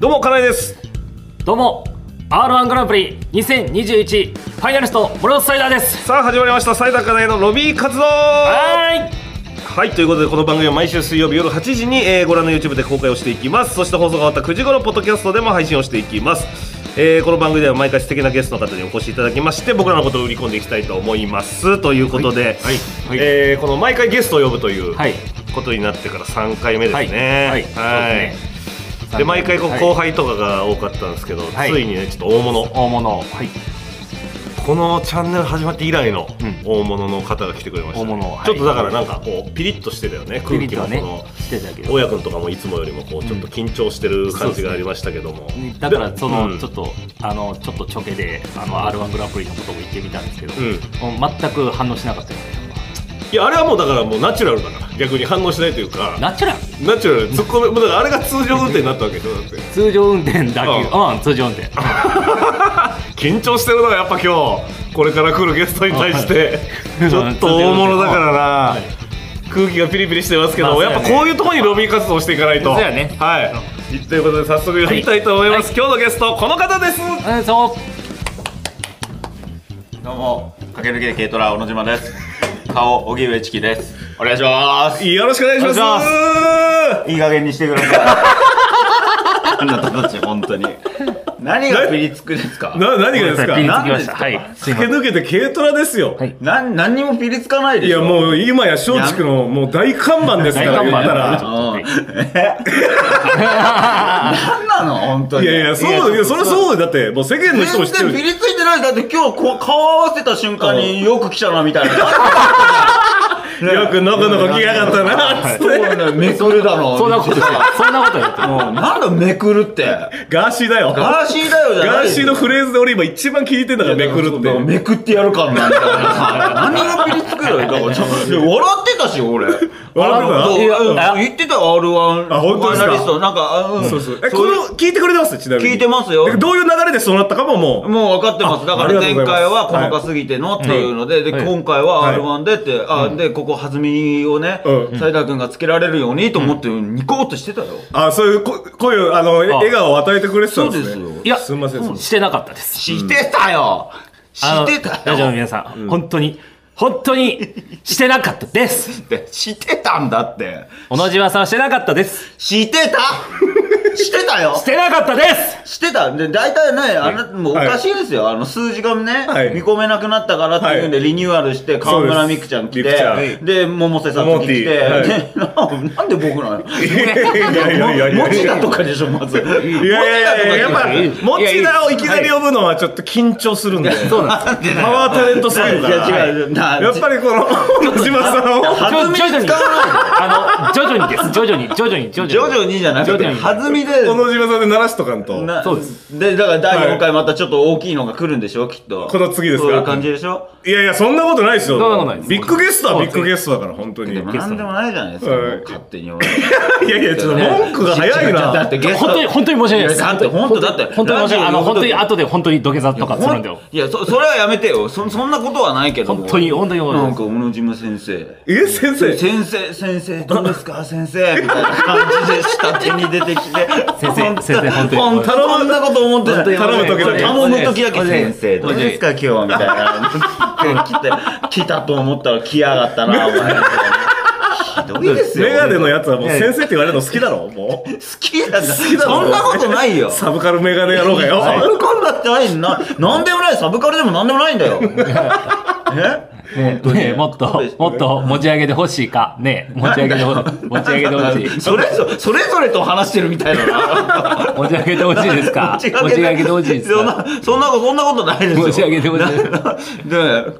どうも、かなえです。どうも R1 グランプリ2021ファイナリスト諸ロサイダーですさあ、始まりました。斉田かなえのロビー活動。ははいい、ということで、この番組は毎週水曜日夜8時に、えーご覧の YouTube で公開をしていきます。そして、放送が終わった9時頃、ポッドキャストでも配信をしていきます。えーこの番組では毎回素敵なゲストの方にお越しいただきまして僕らのことを売り込んでいきたいと思いますということで、はいはいえーこの毎回ゲストを呼ぶというはいことになってから3回目ですね。はいはいはいそうですねで毎回こうはい後輩とかが多かったんですけど、はいついにねちょっと大物大物はいこのチャンネル始まって以来のうん大物の方が来てくれました、ね大物はいちょっとだからなんかこうピリッとしてたよねピ空リ気ッもとこねのしてたけど大家君とかもいつもよりもこうちょっと緊張してる感じがありましたけども、だからその、うんちょっとあのちょっとちょけであの R1 グランプリのことも言ってみたんですけど、うもう全く反応しなかったよねいやあれはもうだからもうナチュラルだから逆に反応しないというかナチュラルナチュラルツッコミもうだからあれが通常運転になったわけでしょだって通常運転だけうんうん、通常運転緊張してるのはやっぱ今日これから来るゲストに対してはいちょっと大物だからな、い空気がピリピリしてますけど、まあそうややっねぱこういうところにロビー活動をしていかないとそうやねはいということで早速呼びたいと思います、今日のゲストこの方ですうんそうどうも、駆け抜け軽トラ小野島です。顔、荻上チキです。お願いします。よろしくお願いしますおいい加減にしてください。 あなたたち、本当に。何がピリつくですかな何がですピリつかきました何はですかいすいませ駆け抜けて軽トラですよ、はいいなん、何にもピリつかないでしょやもう今や松竹のもう大看板ですから大言看っ板ただら うん。え何なの本当いに。やいやそういやそれう。そうだってもう世間の人も全知って然ピるリついてない。だって今日こう、顔合わせた瞬間によく来たな、みたいな。よくのこのこ来やがったなっつってそうなんだよめくるだろそんなことしてないそんなこと言ってうんなんだめくるって。ガーシーだよガーシーだよじゃないガーシーのフレーズで俺今一番聞いてんだからめくるってそうめくってやるからなんだからさ何がピリ つくよだからちょっといや笑ってたし俺笑ってた言ってたよ R1 あ本当ですかファイナリストなんかあうんそうそうえこそういうの聞いてくれてますちなみに聞いてますよでどういう流れでそうなったかももうもう分かってます。だかありらがとう前ございます回は細かすぎてのっていうので、で、はい今回ははい R1 でって、あ、で、ここ弾みをねう、ん斉田くんがつけられるようにと思って、ニコっとしてたよ。あそういうここういうあのえあ笑顔を与えてくれてたんですねそうですよいやすみませんすいませんしてなかったですしてたよしてたラジオのよ皆さん、本当に、本当に、してなかったです。ってしてたんだって。小野島さんはしてなかったです。してた してたよしてなかったですしてたで大体ね、あれもうおかしいですよ、あの数字がね、はい見込めなくなったからっていうんで、リニューアルして、川村美空ちゃん来そうですて、で、百瀬さんモモ来て、ティはいでななんで僕なのいやいやいやいや持田とかでしょ、まず。いやいいやいやいややっぱ持田をいきなり呼ぶのはちょっと緊張するんでそうなんです。パワータレントするからいや違う違うなやっぱりこの野島さんを弾み徐々に、使わないあの、徐々にです。徐々に、徐々に、徐々に。徐々にじゃなく徐て、々に弾みで。小野島さんで鳴らしとかんとなそうですで、だから第4回またちょっと大きいのが来るんでしょ、きっと。この次ですかそういう感じでしょ。いやいやそんなことないですよそんなことないですビッグゲストはビッグゲストだから本当にでもなんでもないじゃないですか、はいもう勝手に俺。いやいやちょっと文句が早いなだってゲスト本当に、本当に申し訳ないです。いやだって本当だって本当に申し訳ない。あの、ラジオの本こと当でに、後で本当に土下座とかするんだよ。いやそそれはやめてよそそんなことはないけども本当に本当に思いますなんか小野島先生え先生先生先生どうですか先生みたいな感じで下手に出てきて先生先生本当に本当そんなこと思ってない頼む時だけ頼む時だけお願い先生どうですか今日はみたいな来て来たと思ったら来やがったなお前ひどいですよメガネのやつはもう先生って言われるの好きだろもう好きだ好きだそんなことないよサブカルメガネ野郎がサよブカルだってないんな、なんでもない、サブカルでもなんでもないんだよ。え本当に。もっと、もっと持ち上げてほしいか。ね持ち上げてほしい。持ち上げてほしい。 それぞれ、それぞれと話してるみたいだな。持ち上げてほしいですか持ち上げてほしいですそんかな、そんなこと、そんなことないですよ。持ち上げてほしいですかねえ、やってみ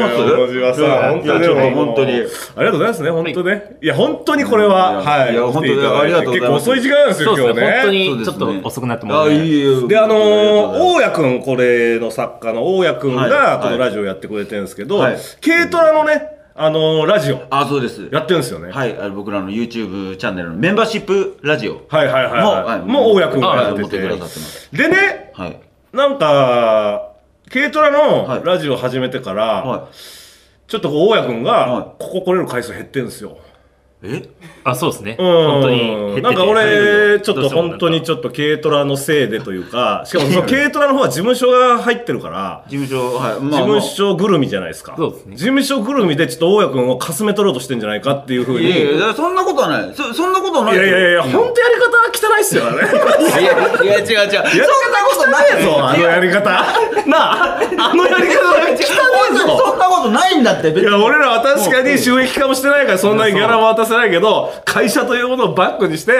ます小島さんいやちょっと本当に。ありがとうございますね本当ねいや本当にこれははいいや本当にありがとうございます結構遅い時間なんですそよう今日ですね。本当ねに、ちょっと遅くなってもあ、らいいよ。であのーお大家くんこれの作家の大家くんはがいこのラジオやってくれてるんですけどはい軽トラのねあのーラジオあ、そうです。やってるんですよねはいはい、あの僕らの YouTube チャンネルのメンバーシップラジオ。はいはいはいもう大家くんがやっててくださってます。てでねはい。なんか軽トラはのいラジオ始めてから、はちょっとこう大家君はがいここ来れる回数減ってんですよ、い。ええあそうですね、うん本当に減っててなんか俺、ちょっと本当にょちょっと軽トラのせいでというか、しかもその軽トラの方は事務所が入ってるから、事務所はい事まあまあ務所ぐるみじゃないですか。そうですね事務所ぐるみでちょっと大家君をかすめ取ろうとしてんじゃないかっていうふういに。いやいややだからそんなことはないそそんなことはないいやいや、う本ん当やり方は汚いっすよ、あれ。やいやいや違う違うそんなことないり方汚いぞ、あのやり方。なあ、あのやり方汚いぞ。そんなことないんだってい別にや、俺らは確かに収益化もしてないから、そんなにギャラも渡せないけど、会社というものをバックにして、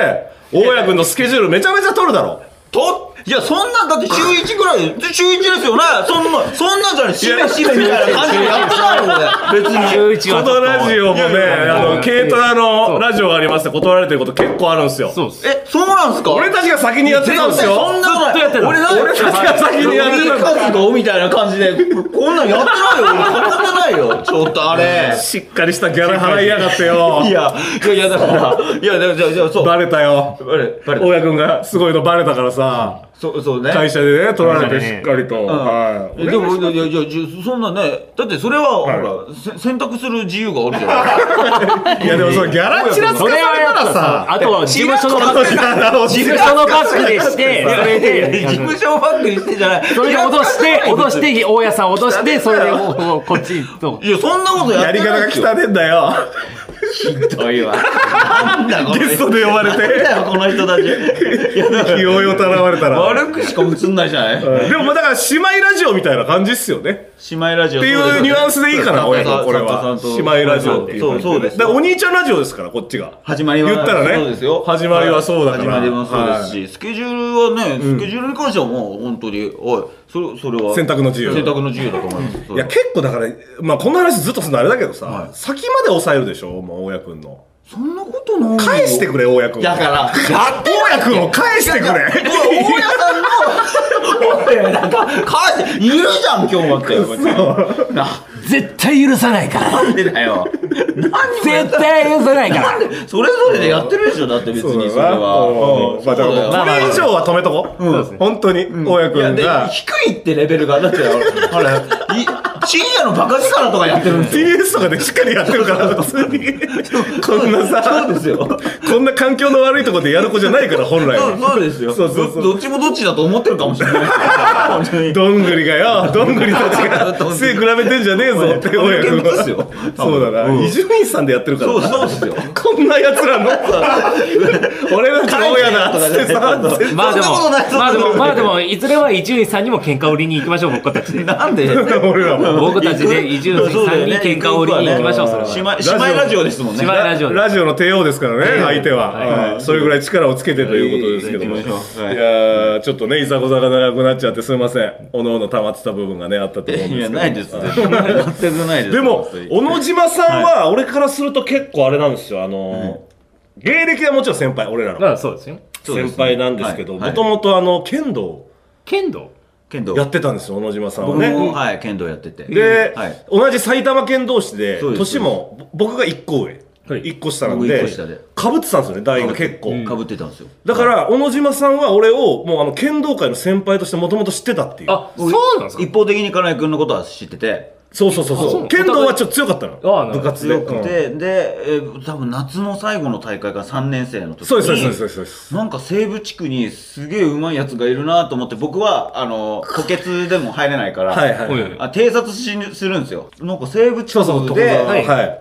大家君のスケジュールめちゃめちゃ取るだろ。といやそんなだって週1ぐらい週1ですよねそんなそんなんじゃないしめしめみたいな感じでやってないもん俺別に週一こはちょのっとラジオもね、あの、軽トラのラジオがありまして、断られてること結構あるんですよ。そうっすえそうなんすか俺たちが先にやってたんですそんよ。なことやって俺なん俺たちが先にやってたんで活動みたいな感じでこんなんやってないよ俺そんなことないよちょっとあれすよ。しっかりしたギャラ払いやがってよい。やいやいやだからいやだからじゃあじゃあそうバレたよ。バレバレ大家君がすごいのバレたからさ、そうそうね会社でね、取られてしっかりと。はい。えでも、いやいやいや、じゃそんなね、だってそれは、はいほら、せ選択する自由があるじゃん。いやでもそのギャラチラつかそされれはたやっぱらささ、あとは事務所のこのギャラを事務所のバックでしてそれで事務所をバックにしてんじゃない。それで脅して脅して大家さん脅してそれでもうこっちといや、そんなことややってりない方ですよ。が汚ねんだよ。ひどいわ。なんだこの人ゲストで呼ばれてなんだよ、この人たち。いや、だから気をよたらわれたら。悪くしか映んないじゃない。うんでもまあだから姉妹ラジオみたいな感じっすよね。姉妹ラジオ。っていうニュアンスでいいかな、そう俺ですのこれは。姉妹ラジオっていうそ感うじそうです。だからお兄ちゃんラジオですから、こっちが。始まりは言ったらねそうですよ始まりはそうだから始まりもそうですし、スケジュールはねスケジュールに関してはもう本当においそれそれは選択の自由選択の自由だと思いますいや、結構だから、まあこの話ずっとするのあれだけどさは、い先まで抑えるでしょ、もう大家くんの。そんなことないよ返してくれ、大家くんを。だからやって大家くんを返してくれ。大家さんのおいなんか返しているじゃん今日はってな絶対許さないからんでだよ何にもやっ絶対許さないからそれぞれでやってるでしょだって別にそれうんはまあだからもうまこあまあれ以上は止めとこそうですう。本当に、大家いやくんでが。低いってレベルがだってあれい深夜のバカ力とかやってるんですよ TBS とかでしっかりやってるから、普通に。こんなさそう、ですよこんな環境の悪いところでやる子じゃないから、本来そうは。そうですよそうそうそうどどっちもどっちだと思ってるかもしれないですよどんぐりがよ、どんぐりたちが、背比べてんじゃねえぞって、本当に親君偏見ですはよ。そうだな。伊集院さんでやってるからそうな。そうですよこんな奴らの、 俺たちの親だっつってさ、まあでもそんなことなまあいでそもんなことまなあでもいずれは伊集院さんにも喧嘩売りに行きましょう僕たちでなんで俺らも。僕たちで伊集院さんに喧嘩を売りに行きましょうそれ姉は妹姉妹ラジオですもん姉ね妹ラジオラジオの帝王ですからね、相手は、うんそれぐらい力をつけてということですけども、はいいはいやー、ちょっとね、いざこざが長くなっちゃって、すみません、おのおの溜まってた部分がね、あったと思うんいでやすけないです全くないですど、でも本当、に小野島さんは、俺からすると結構あれなんですよ、あのー、芸歴はもちろん先輩、俺らのまあそうですよそうです先ね輩なんですけど、はいもともとあの剣道剣道剣道やってたんですよ、小野島さんは僕ね。もはい剣道やっててで、はい同じ埼玉県同士でそうです年もぼ僕が1個上、はい1個下なんで僕一個下でかぶってたんですよね代が結構、かぶってたんですよだから小野島さんは俺をもうあの剣道界の先輩としてもともと知ってたっていうあそうなんですか一方的に金井君のことは知っててそうそうそうあそそうう剣道はちょっと強かったのああな部るほど活で強くてでえー多分夏の最後の大会が3年生の時うんそにうですそうですそうですそうですなんか西部地区にすげえうまいやつがいるなと思って僕はあの補欠でも入れないからはいはいはいいあ偵察しにするんですよなんか西部地そうそう区所沢でのはい、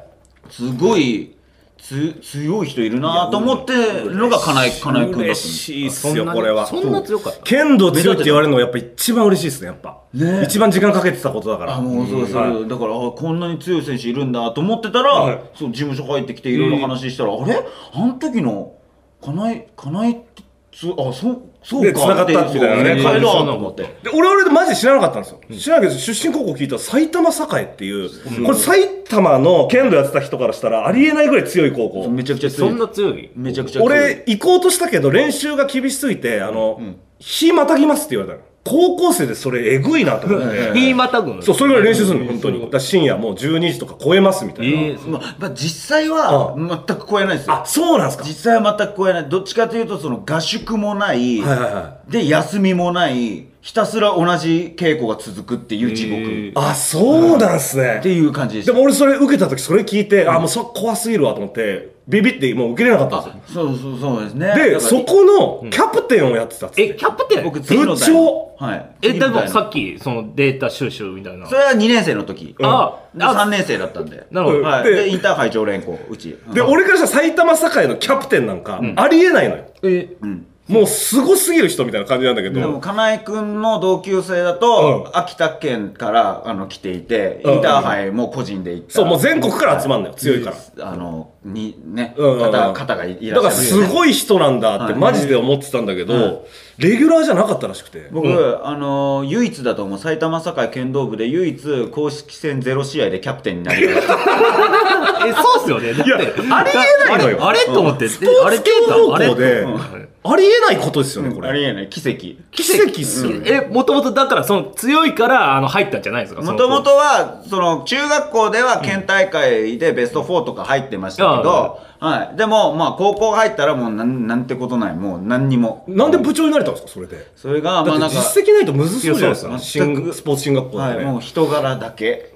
すごいつ強い人いるなと思ってるのが金井金井君だったんで嬉すしいっそすんよなこれはそんな強かった剣道強いって言われるのがやっぱ一番嬉しいですねやっぱ、ね一番時間かけてたことだからあもうそうそう、はいだからあこんなに強い選手いるんだと思ってたら、はいそう事務所入ってきていろいろ話したら、あれあの時の金井金井ってつあそうそうでか繋がったってみたいなねそう感じ変えろそとんなの思ってで俺俺でマジで知らなかったんですよ、知らないけど出身高校聞いたら埼玉栄っていう、これ埼玉の剣道やってた人からしたらありえないぐらい強い高校、めちゃくちゃ強そいんな強いめちゃくちゃ強い俺行こうとしたけど練習が厳しすぎてあの、ん日またぎますって言われたの高校生でそれえぐいなと思って、うんいいまたぐのそうそれぐらい練習するの本当にだから深夜もう12時とか超えますみたいな、ええまあまあ、実際はう全く超えないですよあそうなんですか実際は全く超えないどっちかというとその合宿もない、はいはいはで休みもないひたすら同じ稽古が続くっていう地獄ーあそうなんすねっていう感じでしでたも俺それ受けた時それ聞いて、あもうそれ怖すぎるわと思ってビビってもう受けれなかったんですよそうそうそうですねで、だからそこのキャプテンをやってたっつってえ、キャプテン僕次部の代長はいえ、でもささっき、そのデータ収集みたいな。それは2年生の時んあであ、 3年生だったんでなるほど。うんはいででインターハイ常連校うちで、俺からしたら埼玉栄のキャプテンなんかありえないのよ、え、うんもうすごすぎる人みたいな感じなんだけど、でも金井君の同級生だと、秋田県からあの来ていて、うんインターハイも個人で行ったそうもう全国から集まんのよ強いからあのにねうんうんうん方方がいらだっかしゃらるすごい人なんだってマジで思ってたんだけど、レギュラーじゃなかったらしくて。僕、あの唯一だと思う埼玉栄剣道部で唯一公式戦ゼロ試合でキャプテンになり ましたえそうっすよね。だって、ありえないのよあれあれと思って、スポーツあれ強豪あれ校で、ありえないことですよね、こありれ。えない奇跡奇跡っすよね。え、もともとだから、その強いから、あの、入ったんじゃないですか。もともとは、その、中学校では県大会でベスト4とか入ってましたけど、はい。でも、まあ、高校入ったらもうなん、なんてことない。もう、何にも。なんで部長になれたんですか、それで。それが、だまあ、っなんてか、実績ないとむずそうじゃないですいか。やそう全新くスポーツ進学校はでい、もね。う人柄だけ。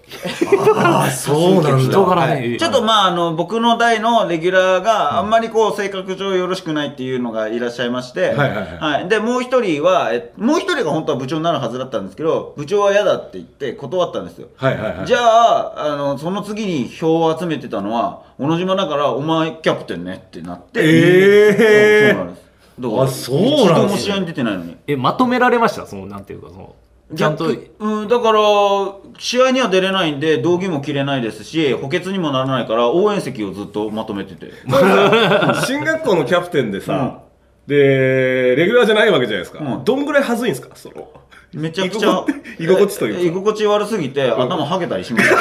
ああ、そうなん人柄だ。ねはいちょっとまあ、あの、僕の代のレギュラーがあんまりこう、性格上よろしくないっていうのがいらっしゃいまして、はいはいははい。で、もう一人は、えもう一人が本当は部長になるはずだったんですけど、部長は嫌だって言って断ったんですよ。はいはいはい。じゃああのその次に票を集めてたのは小野島だからお前キャプテンねってなってえーそうそうなんですだからあそうなん一度ですねも試合に出てないのにえ、まとめられましたその、なんていうか、その、ちゃんと、逆うん、だから試合には出れないんで道着も着れないですし補欠にもならないから応援席をずっとまとめてて進学校のキャプテンでさ、で、レギュラーじゃないわけじゃないですかう。んどんぐらい恥ずいんですか、その。めちゃくちゃ居心地というかえ居心地悪すぎて頭はげたりしま した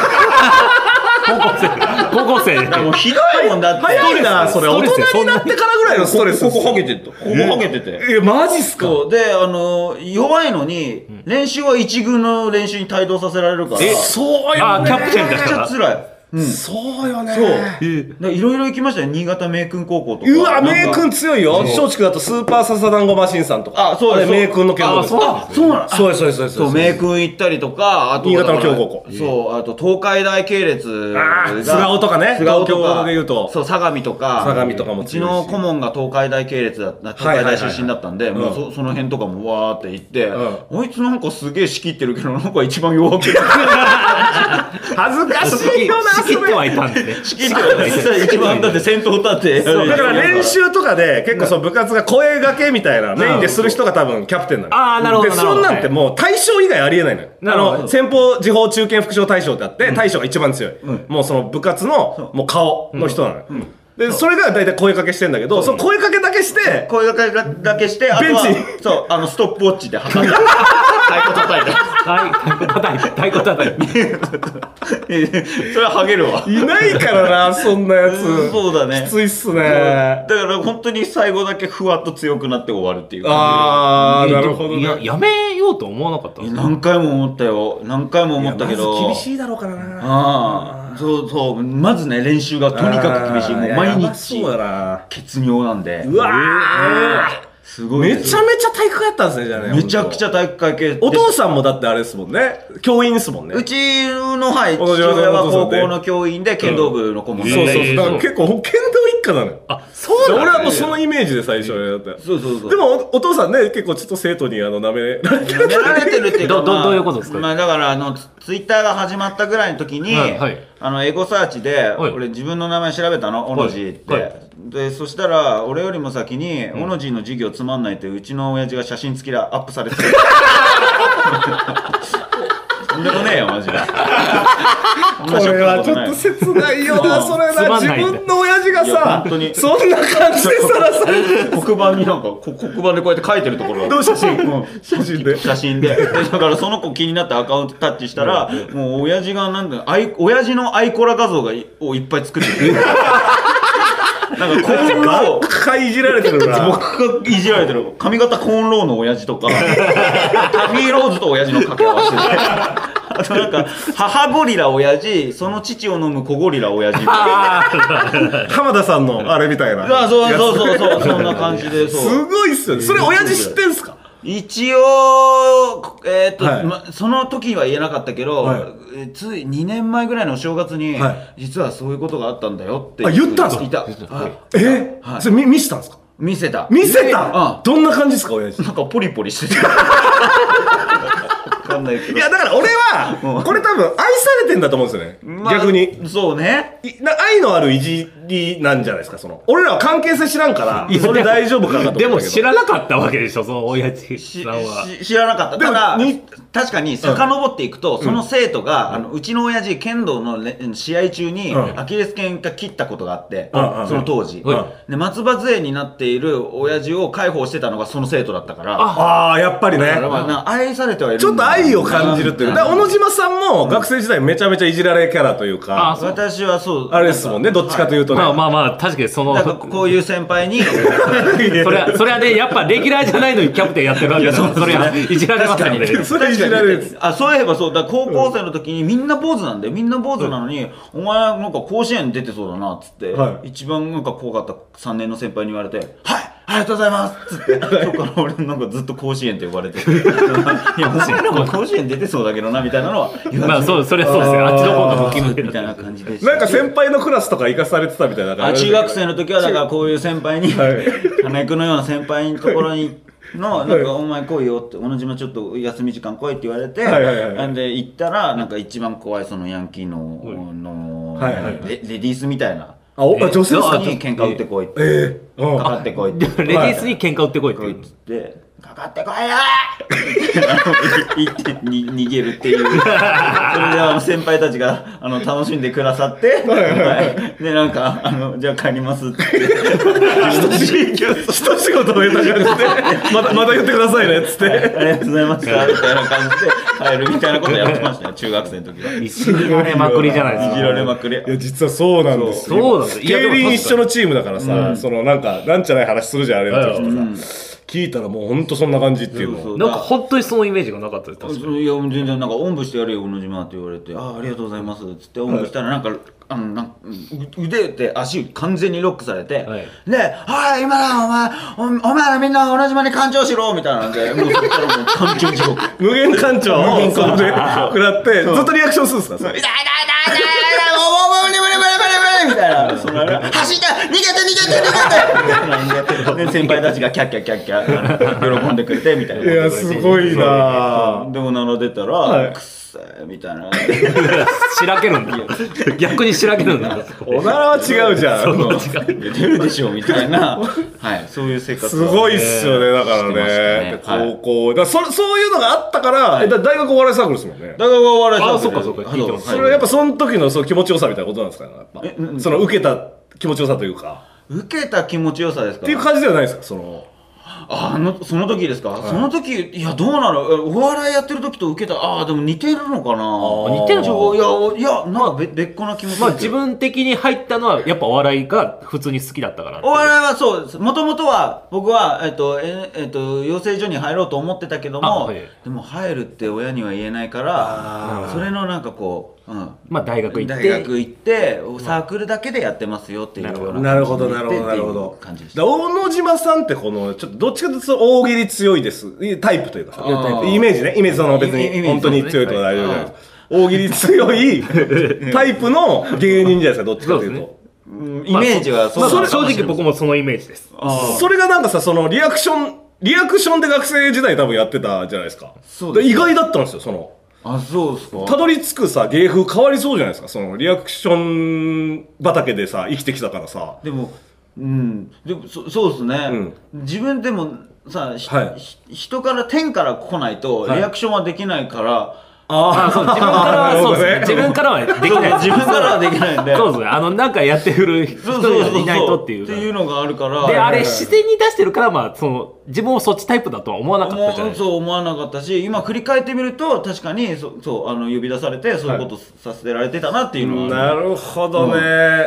高校生で。もうひどいもんだって早いな、それ。スト大レスです人になってからぐらいのストレス。ここここはげてたここはげてて、え、マジっすかそうであの弱いのに、練習は一軍の練習に帯同させられるからえ、めそうよあね。キャプテンだちゃくちゃ辛い、うん、だそうよね。からいろいろ行きましたよ新潟名君高校とかうわ、なん名か君強いよ。松竹だとスーパーササダンゴマシンさんとか。あそうですれ名君の剣道ですあそうなんあそそううなのですそうですそうです。そう名君行ったりとかあと新潟の強豪校そうあと東海大系列があー菅生とかね菅生と東京かで言うとそう相模とか相模とかも強ういしちの顧問が東海大系列だった東海大出身だったんはでいはいもはいうそその辺とかもわーって行ってんあいつなんかすげえ仕切ってるけどなんか一番弱 くて恥ずかしいよな、仕切ってはいたんでね。仕切ってはない一番だって先頭立ってそうだから練習とかで結構その部活が声掛けみたいなメインでする人が多分キャプテンなの。あーなるほどで、なるほそどんなんてもう大将以外ありえないのよ。なあるほどの、先方、地方、中堅、副将、大将ってあって、大将が一番強い。もうその部活のもう顔の人なのよ。で、それが大体声掛けしてんだけど、その声掛けだけして、声掛けだけしてあとはベンチそうあのストップウォッチで測 る太鼓叩い 太鼓叩いて、太鼓叩いて。てそれはハゲるわいない からな、そんなやつ。そうだねきついっすだね。から本当に最後だけふわっと強くなって終わるっていう感あー、なるほどいや、ね。やめようと思わなかったんですじか何回も思ったよ何回も思ったけどまず厳しいだろうからな。ああそうそうまずね練習がとにかく厳しいもう毎やば日そうだな。血尿なんでうわすーごいめちゃめちゃ体育会やったんですね、じゃあね。めちゃくちゃ。ゃ体育会系お父さんもだってあれですもんね。教員ですもんね。うちの、はい、父同じような親はお父さ高んで校の教員で剣道部の顧問そうなんそうでそう。だから結構、剣道一家なのよ。あ、そうでな俺んだはもうそのイメージで最初やった。そうそうそうでもお、お父さんね、結構ちょっと生徒にあの、舐められてやられてるっていうかどどまあどういうことですかまあ、だからあのツツイッターが始まったぐらいの時に、はいはいあのエゴサーチで、はい俺自分の名前調べたのオノジーって、はいはいでそしたら俺よりも先に、オノジーの授業つまんないってうちの親父が写真付きでアップさ れてるとんでもねえよマ ジでここれはちょっと切ないよな、それつな。まん自ないね分の親父がいやさ本当、にそんな感じでさらされて 黒板になんかこ黒板でこうやって書いてるところどう写真うん写真で。写真ででだからその子気になってアカウントタッチしたら、もう親父がなんだアイ親父のアイコラ画像がいをいっぱい作ってくれるなんかコーン ロー一回いじられてるな。僕がいじられてる髪型コーンローの親父とかタフィーローズと親父の掛け合わせであとなんか母ゴリラ親父その父を飲む子ゴリラ親父みたいな浜田さんのあれみたいな。あそうそうそうそうそんな感じでそうすごいっすよね。それ親父知ってんすかい一応、えーっとはいまその時は言えなかったけど、はいえーつい2年前ぐらいのお正月に、は実はそういうことがあったんだよってあ言ったんですかいた、えはいそれ見見せたんですか見せた見せたうどんな感じですか親父ん、なんかポリポリしてた わかんないけいどやだから俺はこれ多分愛されてんだと思うんですよね、まあ逆にそうねいな愛のあるいじりなんじゃないですかその俺らは関係性知らんからそれ大丈夫かなと思ったけでども知らなかったわけでしょ、その親父しさんは。し知らなかったでもただに確かに遡っていくと、その生徒が、あのうちの親父剣道の、ね、試合中に、うんアキレス腱が切ったことがあって、うんうんその当時、うんで松葉杖になっている親父を介抱してたのがその生徒だったからああやっぱりねだからまあな愛されてはいるちょっと愛を感じるといううかだんから小野島さんも学生時代めちゃめちゃいじられキャラというあかそう私はそうあれですもんねどっちかというとねまあまあまあ、確かにその、なんかこういう先 輩にそれは、それはね、やっぱレギュラーじゃないのにキャプテンやってるわけだから、それはいじられますよね。それいじられるんですあそういえばそうだ高校生の時にみんな坊主なんだよみんな坊主なのに、お前なんか甲子園出てそうだなっつって、は一番なんか怖かった3年の先輩に言われて「はいありがとうございます」っつってそっから俺なんかずっと甲子園って呼 ばれていやお前らも甲子園出てそうだけどなみたいなのは言われまてあ、そう、それはそうですよ。あっちの方が向きみ向きたいな感じでしたなんか先輩のクラスとか行かされてたみたいなあ中学生のの時はだからこういう先輩にはい金井君のような先輩のところにの「なんかお前来いよ」って「小野島ちょっと休み時間来い」って言われてはいはいはいなんで行ったらなんか一番怖いそのヤンキーののはいはいレレディースみたいなあおあ女性ですかのに喧嘩売ってこいってええうんかかってこいってレディースに喧嘩売ってこいってこいいうっ。つって「かかってこいよ!」って言ってに逃げるっていうそれであの先輩たちがあの楽しんでくださって、はい、でなんかあの「じゃあ帰ります」って言って一仕事終えた感じでまたまた言ってくださいねっつってありがとうございましたみたいな感じで帰るみたいなことやってましたよ中学生の時はいいじられまくりじゃないですじか。られまくりいや実はそうなんですよそうそうなんですいやで競も輪一緒のチームだからさ、そのなんかなんちゃない話するじゃんあれの時とかさ、聞いたらもうほんとそんな感じっていうのそうそうなんか本当にそのイメージがなかったです、確かに。いや全然なんかおんぶしてやるよ小野島って言われて「ああありがとうございます」っつっておんぶしたらなんか、あのなんう腕で足完全にロックされて「はいでおい今だお前おお前らみんな小野島に感情しろ」みたいなんでもうそった らもう感情地獄痛い無限艦長をそれで食らってずっとリアクションするんですかそれ痛い痛い痛い痛い痛いもうもう無理無理無理無理無理無理」みたいなそのあれ走って逃げて逃げて逃げて」みたいなんでで先輩たちがキャッキャッキャッキャあの喜んでくれてみたいないやすごいなぁでも並んでたら「はいくっせー」みたいな。しらけるんだ。逆にしらけるんだ。おならは違うじゃん出てるでしょみたいな、はい、そういう生活をすごいっすよねだからねしてましたねはい高校だからそそういうのがあったから、えだから大学お笑いサークルですもんねだからお笑いあそっかそっか聞いてますそれはやっぱその時のその気持ちよさみたいなことなんですかねやっぱその受けた気持ちよさというか受けた気持ちよさですっかていう感じではないですかそのああのその時ですか、その時いやどうなのえお笑いやってる時と受けたああでも似てるのかな似てんのちょいやおいやなんか別別個な気持ちまあ自分的に入ったのは、やっぱお笑いが普通に好きだったから。お笑いはそうですもともとは僕は、えっとええっと養成所に入ろうと思ってたけどあも、はいでも入るって親には言えないからそれのなんかこう、うん、まあ大学行っ大て。学行ってサークルだけでやってますよっていうようななるほどなるほどなるほっていどう感じでしだたから大野島さんってこのちょっとどっちかというとその大喜利強いですいタイプというかさいやタイプイメージねイメージその別イメーにジ本当に強いとか大丈夫じゃないですか大喜利強い タイプの芸人じゃないですかどっちかというそうとうんイメージはまあそうなの正直僕もそのイメージです。あーそれがなんかさそのリアクションリアクションで学生時代多分やってたじゃないですかそうですで意外だったんですよそのあそうですかたどり着くさ芸風変わりそうじゃないですかそのリアクション畑でさ生きてきたからさでもうんでもそそうですね、自分でもさ、ひはいひ人から天から来ないとリアクションはできないから、ああ、そう、自分からは、そうですね。自分からはできない。自分からはできないんでそうですね。あの、なんかやってくる人そうそうそうそうがいないとっていう。っていうのがあるからで、あれ、はい自然に出してるから、まあ、その、自分をそっちタイプだとは思わなかったじゃな思いうですか。そう思わなかったし今振り返ってみると確かにそそうあの呼び出されてそういうことさせられてたなっていうのは、なるほどね、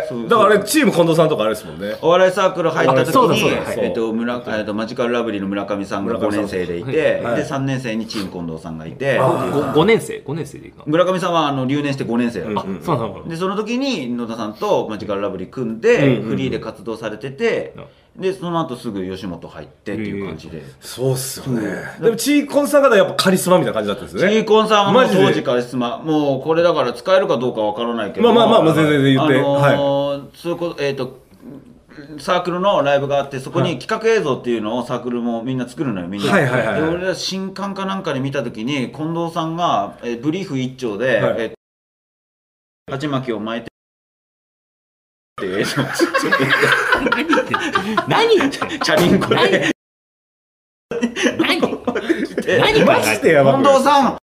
そうだからあれチーム近藤さんとかあれですもんねお笑いサークル入った時そうだにそうだはいえっと村えっとマジカルラブリーの村上さんが村上5さん年生でいてはいで3年生にチーム近藤さんがいてご5年生 ?5 年生でいいかな。村上さんはあの留年して5年生だったあ、そうなのでその時に野田さんとマジカルラブリー組んでフリーで活動されててうんでその後すぐ吉本入ってっていう感じで、そうっすよね。でも、チーコンさんがやっぱカリスマみたいな感じだったんですシね。ーコンさんはもうマジで当時から質問もうこれだから使えるかどうかわからないけどまあまあまあ全然全然言ってあのーそういうことえっ、とサークルのライブがあってそこに企画映像っていうのをサークルもみんな作るのよみんな、はいはいはいはいで俺ら新刊かなんかで見た時に近藤さんが、えーブリーフ一丁で、はいえー鉢巻きを巻いて っていう映像何言ってんの何言ってんのチャリンコで何え何マジでやば近く藤さん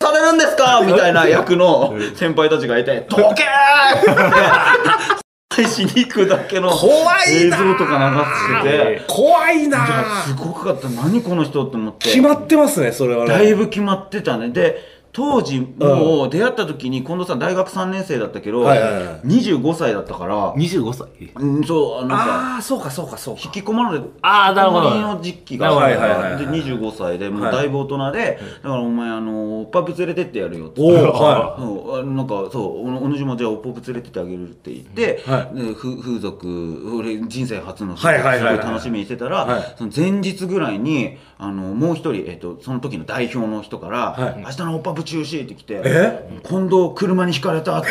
されるんですかみたいな役の先輩たちがいて「時計!」ってしに行くだけの怖い映像なとか流してて怖いなすごかった何この人って思って決まってますね、それはね。だいぶ決まってたねで当時もう出会った時に近藤さん大学3年生だったけど、はいはいはい25歳だったから、 25歳うん、そうなんかああ、そうかそうかそうか引。き込まれてあーなるほど引き込まれの時期がはあいっはいはいたはいで25歳でもうだいぶ大人で、だからお前あのおっぱぶ連れてってやるよっておお、はうんあのなんかそうおお主もじゃあおっぱぶ連れてってあげるって言って、はでふ風俗俺人生初のはいはいはいはいすご楽しみにしてたら、はいその前日ぐらいにあのもう一人、えっとその時の代表の人から「はい明日のおっぱぶ中止」って来てえ近藤車にひか れた」って。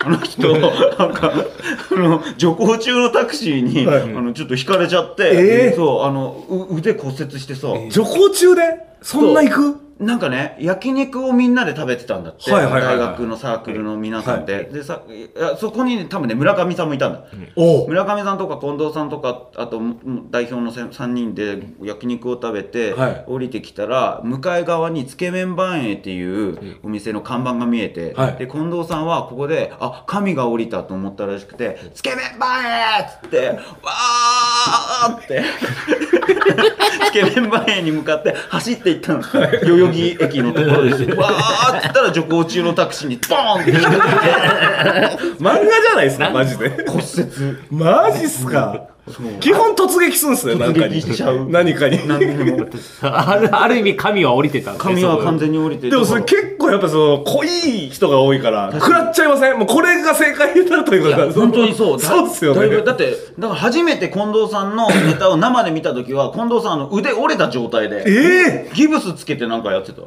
あの人、なんか、あの、徐行中のタクシーに、はいあの、ちょっと引かれちゃって、えーそう、あの、う腕骨折してさ、い。徐行中でそんな行くなんかね、焼肉をみんなで食べてたんだって、はいはいはいはい大学のサークルの皆さんで。でさいやそこに、ね、多分ね、村上さんもいたんだ。おう村上さんとか近藤さんとかあともも代表のせ3人で焼肉を食べて、はい降りてきたら向かい側につけ麺番栄っていうお店の看板が見えて、はいで近藤さんはここで「あ神が降りた」と思ったらしくて「つけ麺番栄!」っつって「わー!」って つけ麺番栄に向かって走っていったの代々木駅のとこ ろですわーっつったら徐行中のタクシーにボーンって引かれて漫画じゃないですか、マジで。骨折。 マジっすか。そう基本突撃すんすね、何かに。突撃しちゃう何かに。何にもあるある意味神は降りてたんですね髪は完全に降りてでもそれ結構やっぱその濃い人が多いから食らっちゃいませんもうこれが正解だということなんです本当にそうだそうっすよだいぶねだってだから初めて近藤さんのネタを生で見た時は近藤さんの腕折れた状態でええギブスつけてなんか やってた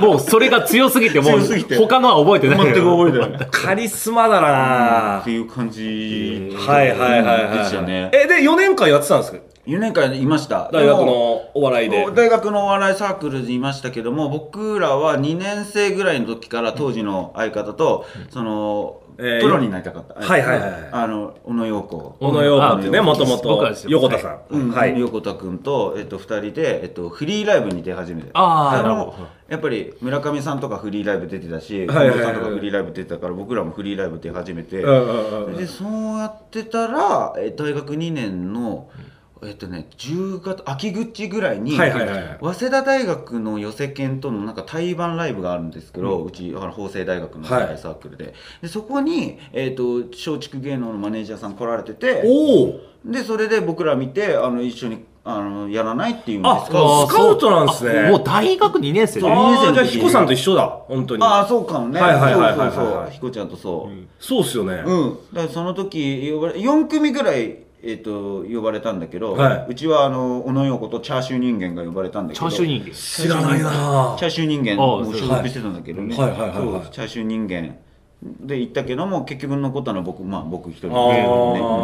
もうそれが強すぎてもう強すぎて他のは覚えてない全く覚えてないカリスマだなっぁていう感じはいはいはいはいでしたねえで4年間やってたんですか4年間いました大学でものお笑いで大学のお笑いサークルにいましたけども僕らは2年生ぐらいの時から当時の相方と、その、えープロになりたかった、はいはいはいはいあの小野陽子小野洋子ってねあもとも僕はとですよ横田さうんんはい横田君と、えっと、2人で、えっと、フリーライブに出始めてあーでなるもほどやっぱり村上さんとかフリーライブ出てたし近藤、はいはいはいさんとかフリーライブ出てたから僕らもフリーライブ出始めて、うんうんうんでそうやってたらえ大学2年の、えっとね、10月秋口ぐらいに、はいはいはいはい早稲田大学の寄せ研とのなんか対バンライブがあるんですけど、うちあの法政大学のはいサークルで,、でそこに、えっと松竹芸能のマネージャーさん来られてて。おおでそれで僕ら見てあの一緒にあのやらないっていうんですあかスカウトなんですねあもう大学2年生そう二年生あの時ーじゃあ彦さんと一緒だ本当にああそうかもねはいはいはいはいそはいうそうそうひこちゃんとそうそうっすよねうん、だからその時呼ばれ4組ぐらいえっ、と呼ばれたんだけど、はいうちはあの小野陽子とチャーシュー人間が呼ばれたんだけチどャーシュー人間知らないなチャーシュー人間ああもう所属してたんだけどね、はいはいはいはいはいそうチャーシュー人間で行ったけども結局残ったのは僕まあ僕一人で、あね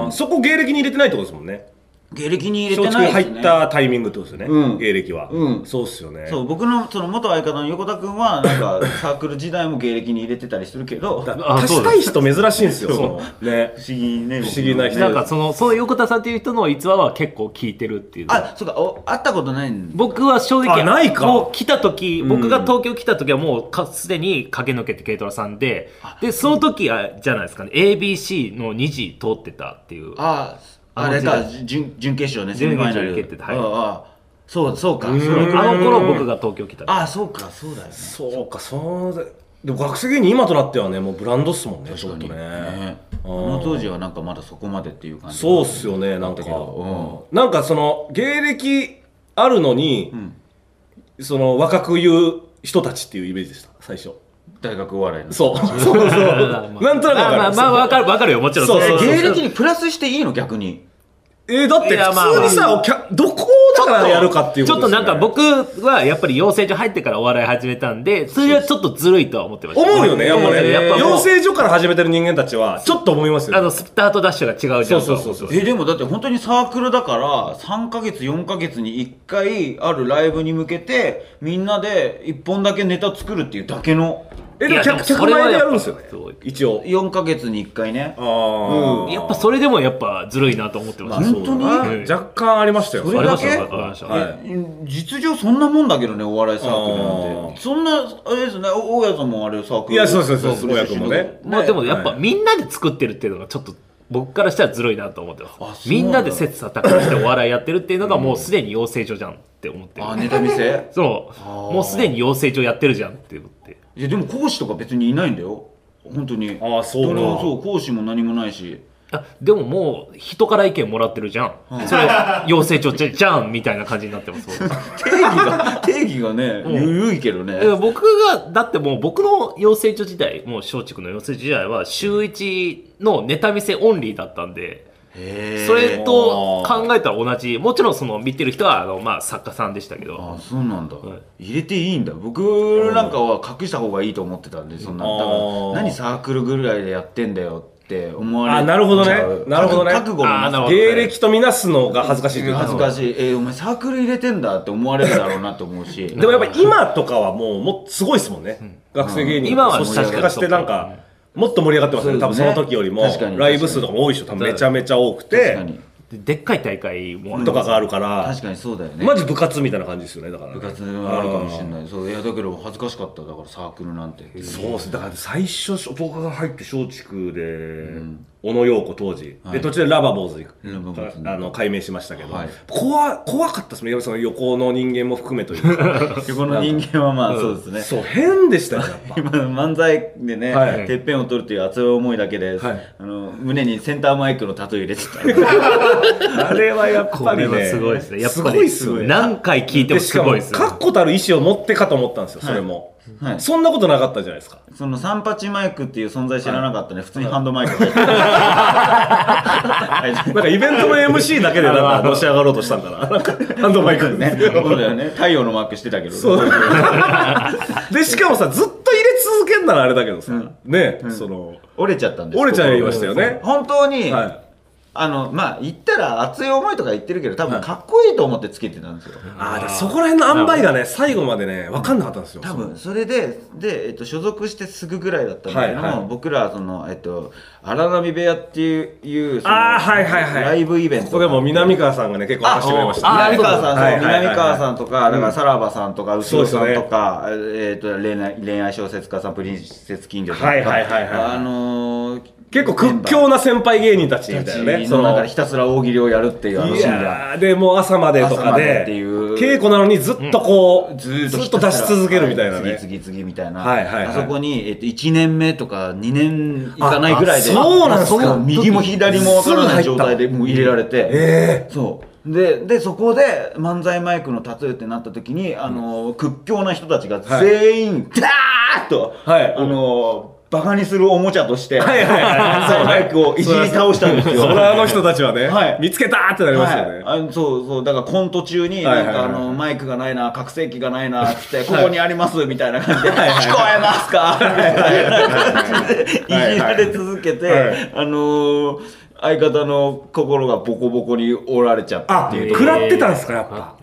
あそこ芸歴に入れてないってことですもんね芸歴に入れ松てない竹です、入ね、ったタイミングってことですようんね芸歴はうんそうっすよねそう僕のその元相方の横田君はな んかサークル時代も芸歴に入れてたりするけどだ不あ足そうしたでい人珍しいんですよそのね思議ね不思議な人なんかそのその横田さんっていう人の逸話は結構聞いてるっていうあそうかお会ったことないんだ僕は正直あないかもう来た時、僕が東京来た時はもうかすでに駆け抜けて軽トラさんででその時はじゃないですかね ABC の2時通ってたっていうああれあかの準準決勝ね準決勝セミファイナル受けてたはいああそうそうかそれくらいあの頃僕が東京来たあそうかそうだよねそうかそうだでも学生芸人今となってはねもうブランドっすもんねちょっとねねうこんの当時はなんかまだそこまでっていう感じそうっすよねなんか、うんなんかその芸歴あるのに、んその若く言う人たちっていうイメージでした最初大学お笑い のそうそうそう なんとなくわかる、まあまあまあわかるわかるよもちろんそうれそうそう芸歴にプラスしていいの逆にえーだっていやまあ普通にさ、お客どこをだからやるかっていうちこょっととですなよんねか僕はやっぱり養成所入ってからお笑い始めたんでそれはちょっとずるいとは思ってました思うよねやっぱうんねやっぱもう養成所から始めてる人間たちはちょっと思いますあよ、のスタートダッシュが違うじゃんそうそうそうえでもだって本当にサークルだから3ヶ月4ヶ月に1回あるライブに向けてみんなで1本だけネタ作るっていうだけのえでいもや客でも客それは前でやっぱやるんですよねすごい一応4ヶ月に1回ねああ、やっぱそれでもやっぱずるいなと思ってました、本当にあ若干ありましたよそあれりだましけたありました、はいえ実情そんなもんだけどねお笑いサークルなんあーてそんなあれですねお大家さんもあれサークルいやそうそうそうサークル出身の大家君もねまあでもやっぱみんなで作ってるっていうのがちょっと僕からしたらずるいなと思ってあまそすうなんだみんなで切磋琢磨してお笑いやってるっていうのがもうすでに養成所じゃんって思ってるあネタ見せ そうもうすでに養成所やってるじゃんって思っていやでも講師とか別にいないんだよ本当にあーそうか誰もそう講師も何もないしあでももう人から意見もらってるじゃん、それ養成所じゃじゃんみたいな感じになってます僕 定義が 定義がねんゆるいけどねえ僕がだってもう僕の養成所時代もう松竹の養成所時代は週一のネタ見せオンリーだったんでへーそれと考えたら同じもちろんその見てる人はあの、まあ、作家さんでしたけどあそうなんだ、はい入れていいんだ僕なんかは隠した方がいいと思ってたんでそんなあーだから何サークルぐらいでやってんだよって思われあなるほどねちゃうなるほどね覚悟のあーなるなほど芸歴とみなすのが恥ずかしいという恥ずかしい、えーお前サークル入れてんだって思われるだろうなと思うしでもやっぱ今とかはもうもうすごいですもんね、学生芸人今はそして作家してなんかもっと盛り上がってますねそう多分ですそねの時よりも確かにライブ数とかも多いでしょ多分めちゃめちゃ多く確てかにででっかい大会もあるとかがあるから確かにそうだよねマジ部活みたいな感じですよねだからね部活はあるかもしれないそういやだけど恥ずかしかっただからサークルなんてそうですだから最初僕が入って松竹で、小野陽子当時、で途中でラバー坊主にラバー坊主にあの改名しましたけど、はい怖怖かったですねやっぱその横の人間も含めというかこの人間はまあそうですね、そう変でしたよやっぱ今漫才でね、はいてっぺんを取るという熱い思いだけで、はいあの胸にセンターマイクのタトゥー入れてあれはやっこぱれりはねすごいですねやっぱすごいりっすよね何回聞いてもでしすかごもいですよ確固たる意思を持ってかと思ったんですよそれも、た、はい、そんなことなかったじゃないですかその三八マイクっていう存在知らなかったね、普通にハンドマイク入ってたはいなんかイベントの MC だけでなんかのし上がろうとしたんだななんかハンドマイ クね、そうだよね太陽のマークしてたけど そうでしかもさずっと入れ続けんならあれだけどさ、ね、その折れちゃったんです折れちゃいましたよね心が本当に、はいあのまあ言ったら熱い思いとか言ってるけど多分かっこいいと思ってつけてたんですよ、あーだからそこら辺の塩梅がね最後までね分かんなかったんですよ多分それでで、えっと、所属してすぐぐらいだったんだけども、はいはい僕らその、えっと、荒波部屋っていういうそのあーはいはいはいライブイベントここでも南川さんがね結構話してくれましたねあ南川さん、はいそうはいはい南川さんとか、だからさらばさんとか、うしろさそうんですよねとか、えっと恋愛恋愛小説家さん、プリンセス金魚さんとか、はいはいはいはいあのー、結構屈強な先輩芸人たちみたいなね、ねそその中のでひたすら大喜利をやるっていうあのいシーンが。やーでもう朝までと朝かまでっでていう稽古なのにずっとこう、ずずーっとっと出し続けるみたいなね、次々次々みたいな、はいはいはいあそこに、えっと、1年目とか2年いかないぐらいであそうなんすかそう右も左も分からない状態でもう入れられて、えそうででそこで漫才マイクのタトゥーってなった時に、あの屈強な人たちが全員、ダーッと、はいあのバカにするおもちゃとして、はいはいはい 漫才マイクをいじり倒したんですー、よ。それはあの人たちはね、はい見つけたーってなりますよね、はい、あのそうそうだからコント中にはいはいなんはいかあのマイクがないな拡声器がないなっつって「ここにあります」みたいな感じで「聞こえますか?」みたいな感じで いじられ続けはいはてあのー相方の心がボコボコに折られちゃったあっていう食らってたんですかやっぱ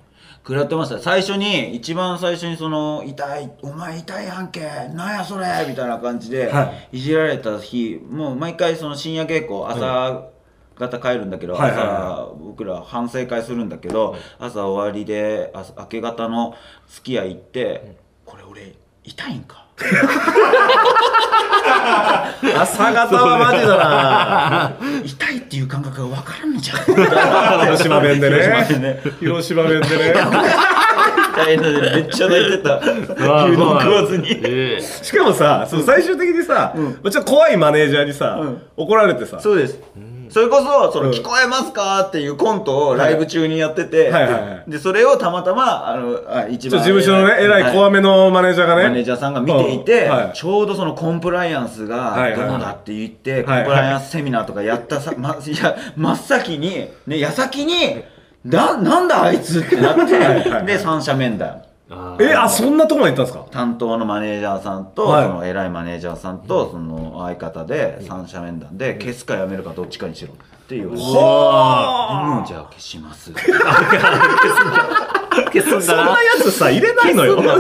食らってました最初に一番最初にその「痛いお前痛いやんけなんやそれ」みたいな感じではいじられた日もう毎回その深夜稽古朝方帰るんだけどはいはいはい朝僕ら反省会するんだけど朝終わりで朝明け方のすき家行って「これ俺痛いんか?」朝方はマジだな痛いっていう感覚が分からんの じゃん広島弁で 広島弁ねね広島弁でね痛いのでめっちゃ泣いて た牛丼食わずに。ええしかもさ、その最終的にさ、ちょっと怖いマネージャーにさ、怒られてさ、そうです。それこそ、その、聞こえますかっていうコントをライブ中にやってて、はいはいはいで、それをたまたま、あの、あ一ちょっ番。と事務所のね、えらいは怖めのマネージャーがね。マネージャーさんが見ていて、うんはいちょうどそのコンプライアンスはがいどはいうはいだって言って、はいはいコンプライアンスセミナーとかやったさ、ま、いや真っ先に、ね、矢先に、だ、なんだあいつってなって、はいはいで、三者面談。あーえ、あ、そんなとこまで行ったんですか担当のマネージャーさんと、はいその偉いマネージャーさんと、その相方で三者面談で、消すかやめるかどっちかにしろっていう。はうん、じゃあ消します。消すんそんだな なやつさ入れないのよ消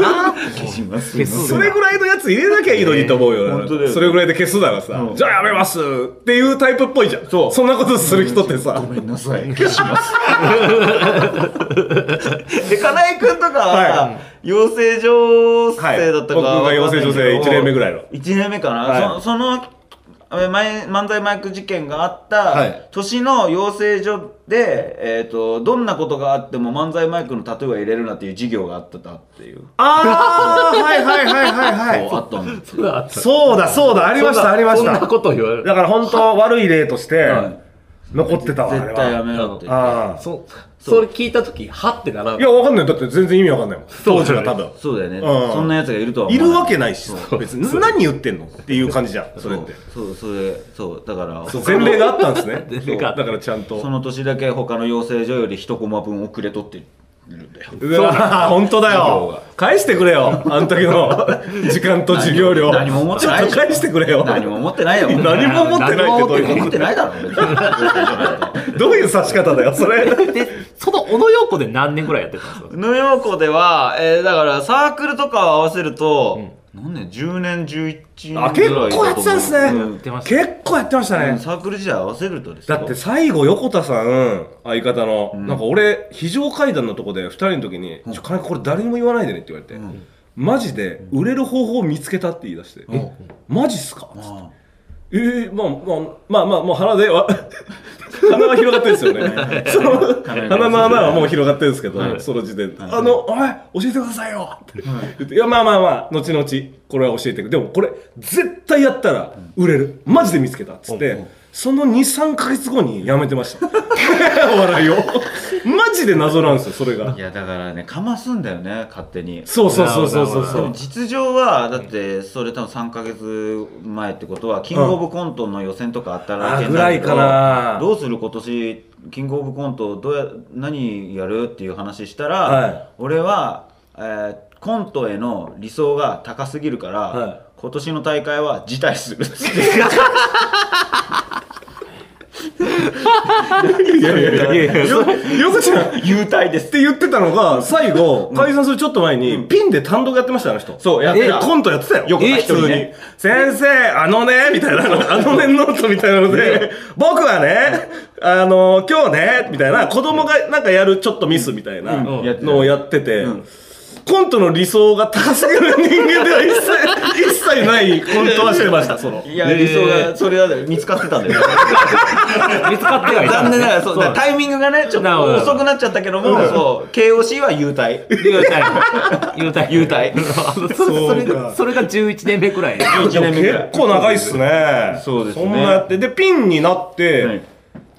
します。消す それぐらいのやつ入れなきゃいいのにと思うよ。えー本当だよそれぐらいで消すならさ、うんじゃあやめますっていうタイプっぽいじゃん。そうそんなことする人ってさご、めんなさい。消します。で、金井くんとかは、は養成所生だったか、はい僕が養成所生一年目ぐらいの1年目かな、はいそそのえ前漫才マイク事件があった、はい年の養成所で、えー、とどんなことがあっても漫才マイクのタトゥーは入れるなっていう授業があったっていうあー、はいはいはいはいあはったんですそんなあっい。そうだそうだ、ありましたありましそんた。なこと言われるだから本当悪い例としてはい、残ってたわ、あれ絶対やは。めろってあーそそれ聞いた時はってならんいや、わかんない。だって全然意味わかんないもん。当時は多分。そうだよね、うんそんなやつがいるとは思いわるないわけないし、別に。何言ってんのっていう感じじゃん、それって。そうそうそれそうだからそう前例があったんです ね。前例があったそうだからちゃんと。その年だけ他の養成所より一コマ分遅れとってるんだようわ本当だ授業がよ返してくれよあの時 の時間と授業料何も思ってなちょっいよと返してくれよ何も思ってないよ 何も思ってないってどう思いっうてこないだろ別にとどういう指し方だよそれでその小野洋子で何年ぐらいやってたんですか ニューヨークでは、えー、だからサークルとかを合わせると、何年10年11年ぐらいあ結構やってたんですね、うんってました結構やってましたね、うんサークル時代合わせるとですだよって最後横田さん相方の、なんか俺非常階段のとこで2人の時に「ちょ金子これ誰にも言わないでね」って言われて、んマジで売れる方法を見つけたって言い出して「えマジっすか?」っつってあええまあまあまあまあもう鼻でわ鼻は広がってるんですよねその鼻の穴はもう広がってるんですけど、その時点で「あのおい教えてくださいよ」って言って「いやまあまあまあ後々これは教えてくでもこれ絶対やったら売れるマジで見つけた」っつって、その23か月後にやめてましたお笑いをマジで謎なんですよそれがいやだからねかますんだよね勝手にそうそうそうそうそうでそもう実情はだってそれ多分3か月前ってことはキングオブコントの予選とかあったあら大変だけぐらいかなどどうする今年キングオブコントどうや何やるっていう話したら、はい俺は、えーコントへの理想が高すぎるから、はい今年の大会は辞退する いやいやいやいやよよこちゃん優待でっすて言ってたのが、最後、解散するちょっと前に、ピンで単独やってましたよ、あの人。そうやってたえコントやってたよ。よくない人にね先生、あのね、みたいなの、あのねノートみたいなので、僕はね、あの、今日ね、みたいな、子供がなんかやるちょっとミスみたいなうんうんのをやってて、コントの理想が高すぎる人間では一 切、一切ないコントはしてました、その。いや、理想がそれだよ見つかってたんだ よ見つかってはいた残んですね念ながらそうだからタイミングがねちょっなるほとど遅くなっちゃったけども、そう KOC は 優待優待優待優待それそれそうかそれが11年目くらい1年目ぐらい結構長いっすね。そうですねそんなやって。で、ピンになって、はい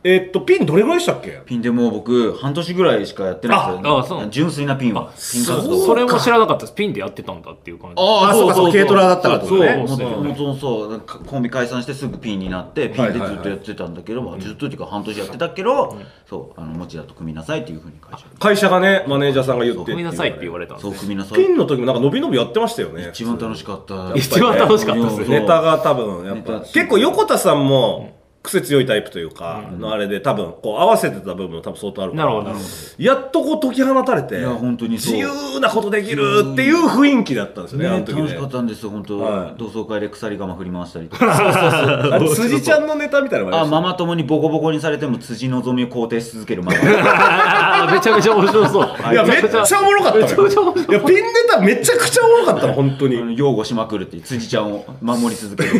えっと、ピンどれぐらいでしたっけピンでもう僕半年ぐらいしかやってないですよ、ああそう純粋なピンはピン活動それも知らなかったですピンでやってたんだっていう感じあそうかそう軽トラだったらってことねそうそうそうもともとそうなんかコンビ解散してすぐピンになってピンでずっとやってたんだけど、まあずっとっていうか半年やってたけど、そうあの持田と組みなさいっていうふうに会社に会社がねマネージャーさんが言ってごめんなさいって言われれたんですそう組みなさいピンの時もなんか伸び伸びやってましたよね一番楽しかった一番楽しかったですねそうネタが多分やっネタぱ結構横田さんも癖強いタイプというか、のあれで多分こう合わせてた部分も多分相当あるからなるほどなるほやっとこう解き放たれていや本当にそう自由なことできるっていう雰囲気だったんですよねあの時ね、楽しねかったんですよ本当、はい同窓会で鎖釜振り回したりと かあれ辻ちゃんのネタみたいなのもあありまマしマ友にボコボコにされても辻希美を肯定し続けるママあ ーめちゃめちゃ面白そうたいやめっちゃおもろかった めちゃのめちゃ面よい白やピンネタめちゃくちゃおもろかったの本当にあの擁護しまくるっていう辻ちゃんを守り続ける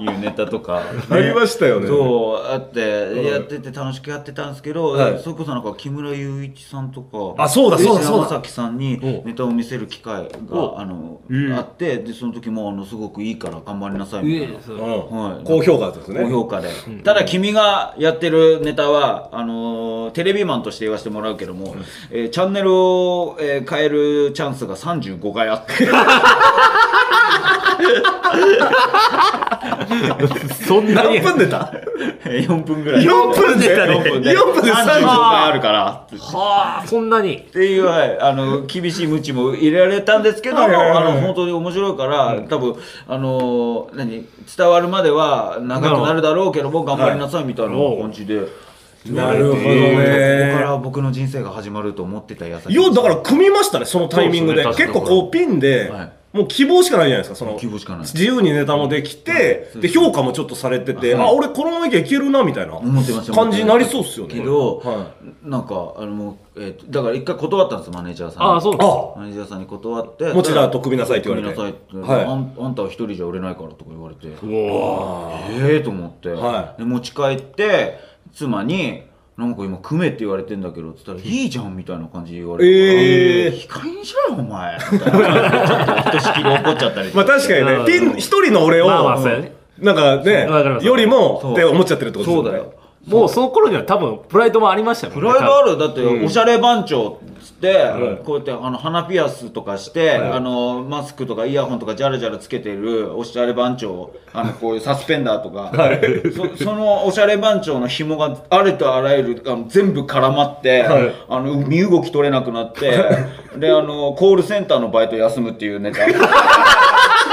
いいうネタとか。ありましたよねそう、あって、やってて楽しくやってたんですけど、はいそれこそなんか木村雄一さんとか、あそうだそうだそうだ崎さんにうんネタを見せる機会が、あの、あって、で、その時も、あの、すごくいいから頑張りなさいみたいな。はうんい高評価ですね高評価で、ただ君がやってるネタはあのーテレビマンとして言わせてもらうけども、えーチャンネルを、えー変えるチャンスが35回あってそんなに何分出た 4分ぐらい4分で4分で4分で35 35回あるからはあそんなにっていう、はい、あの厳しい無知も入れられたんですけども、はいはいはいはいあの本当に面白いから、多分あのー何伝わるまでは長くなるだろうけども頑張りなさいみたいな感じで。なるほどねここから僕の人生が始まると思ってたやさきようだから組みましたねそのタイミングでそうですね結構こうピンで、はいもう希望しかないじゃないですかその希望しかない自由にネタもできて、で評価もちょっとされてて、あ俺このままいけばいけるなみたいな思ってました感じになりそうっすよねけど、はなんかあのもう、えーとだから一回断ったんですマネージャーさんにああそうあマネージャーさんに断って持田と組みなさいって言われて組みなさいって、はいあんあんたは一人じゃ売れないからとか言われておええと思って、はいで持ち帰って妻に「なんか今組めって言われてんだけど」っつったら「いいじゃん」みたいな感じで言われてええいい加減にしろよお前」みたいなちょっとひとしきり怒っちゃったりし てまあ確かにねうんピン一人の俺を、まあまあそうやねなんかねわかりますよりもそうって思っちゃってるってことですよそうねだよもうその頃には多分プライドもありましたよねプライドあるだっておしゃれ番長っつって、いこうやってあの鼻ピアスとかして、はいあのマスクとかイヤホンとかジャラジャラつけてるおしゃれ番長あのこういうサスペンダーと か、そそのおしゃれ番長の紐があれとあらゆるあの全部絡まって、はいあの身動き取れなくなってであのコールセンターのバイト休むっていうネタ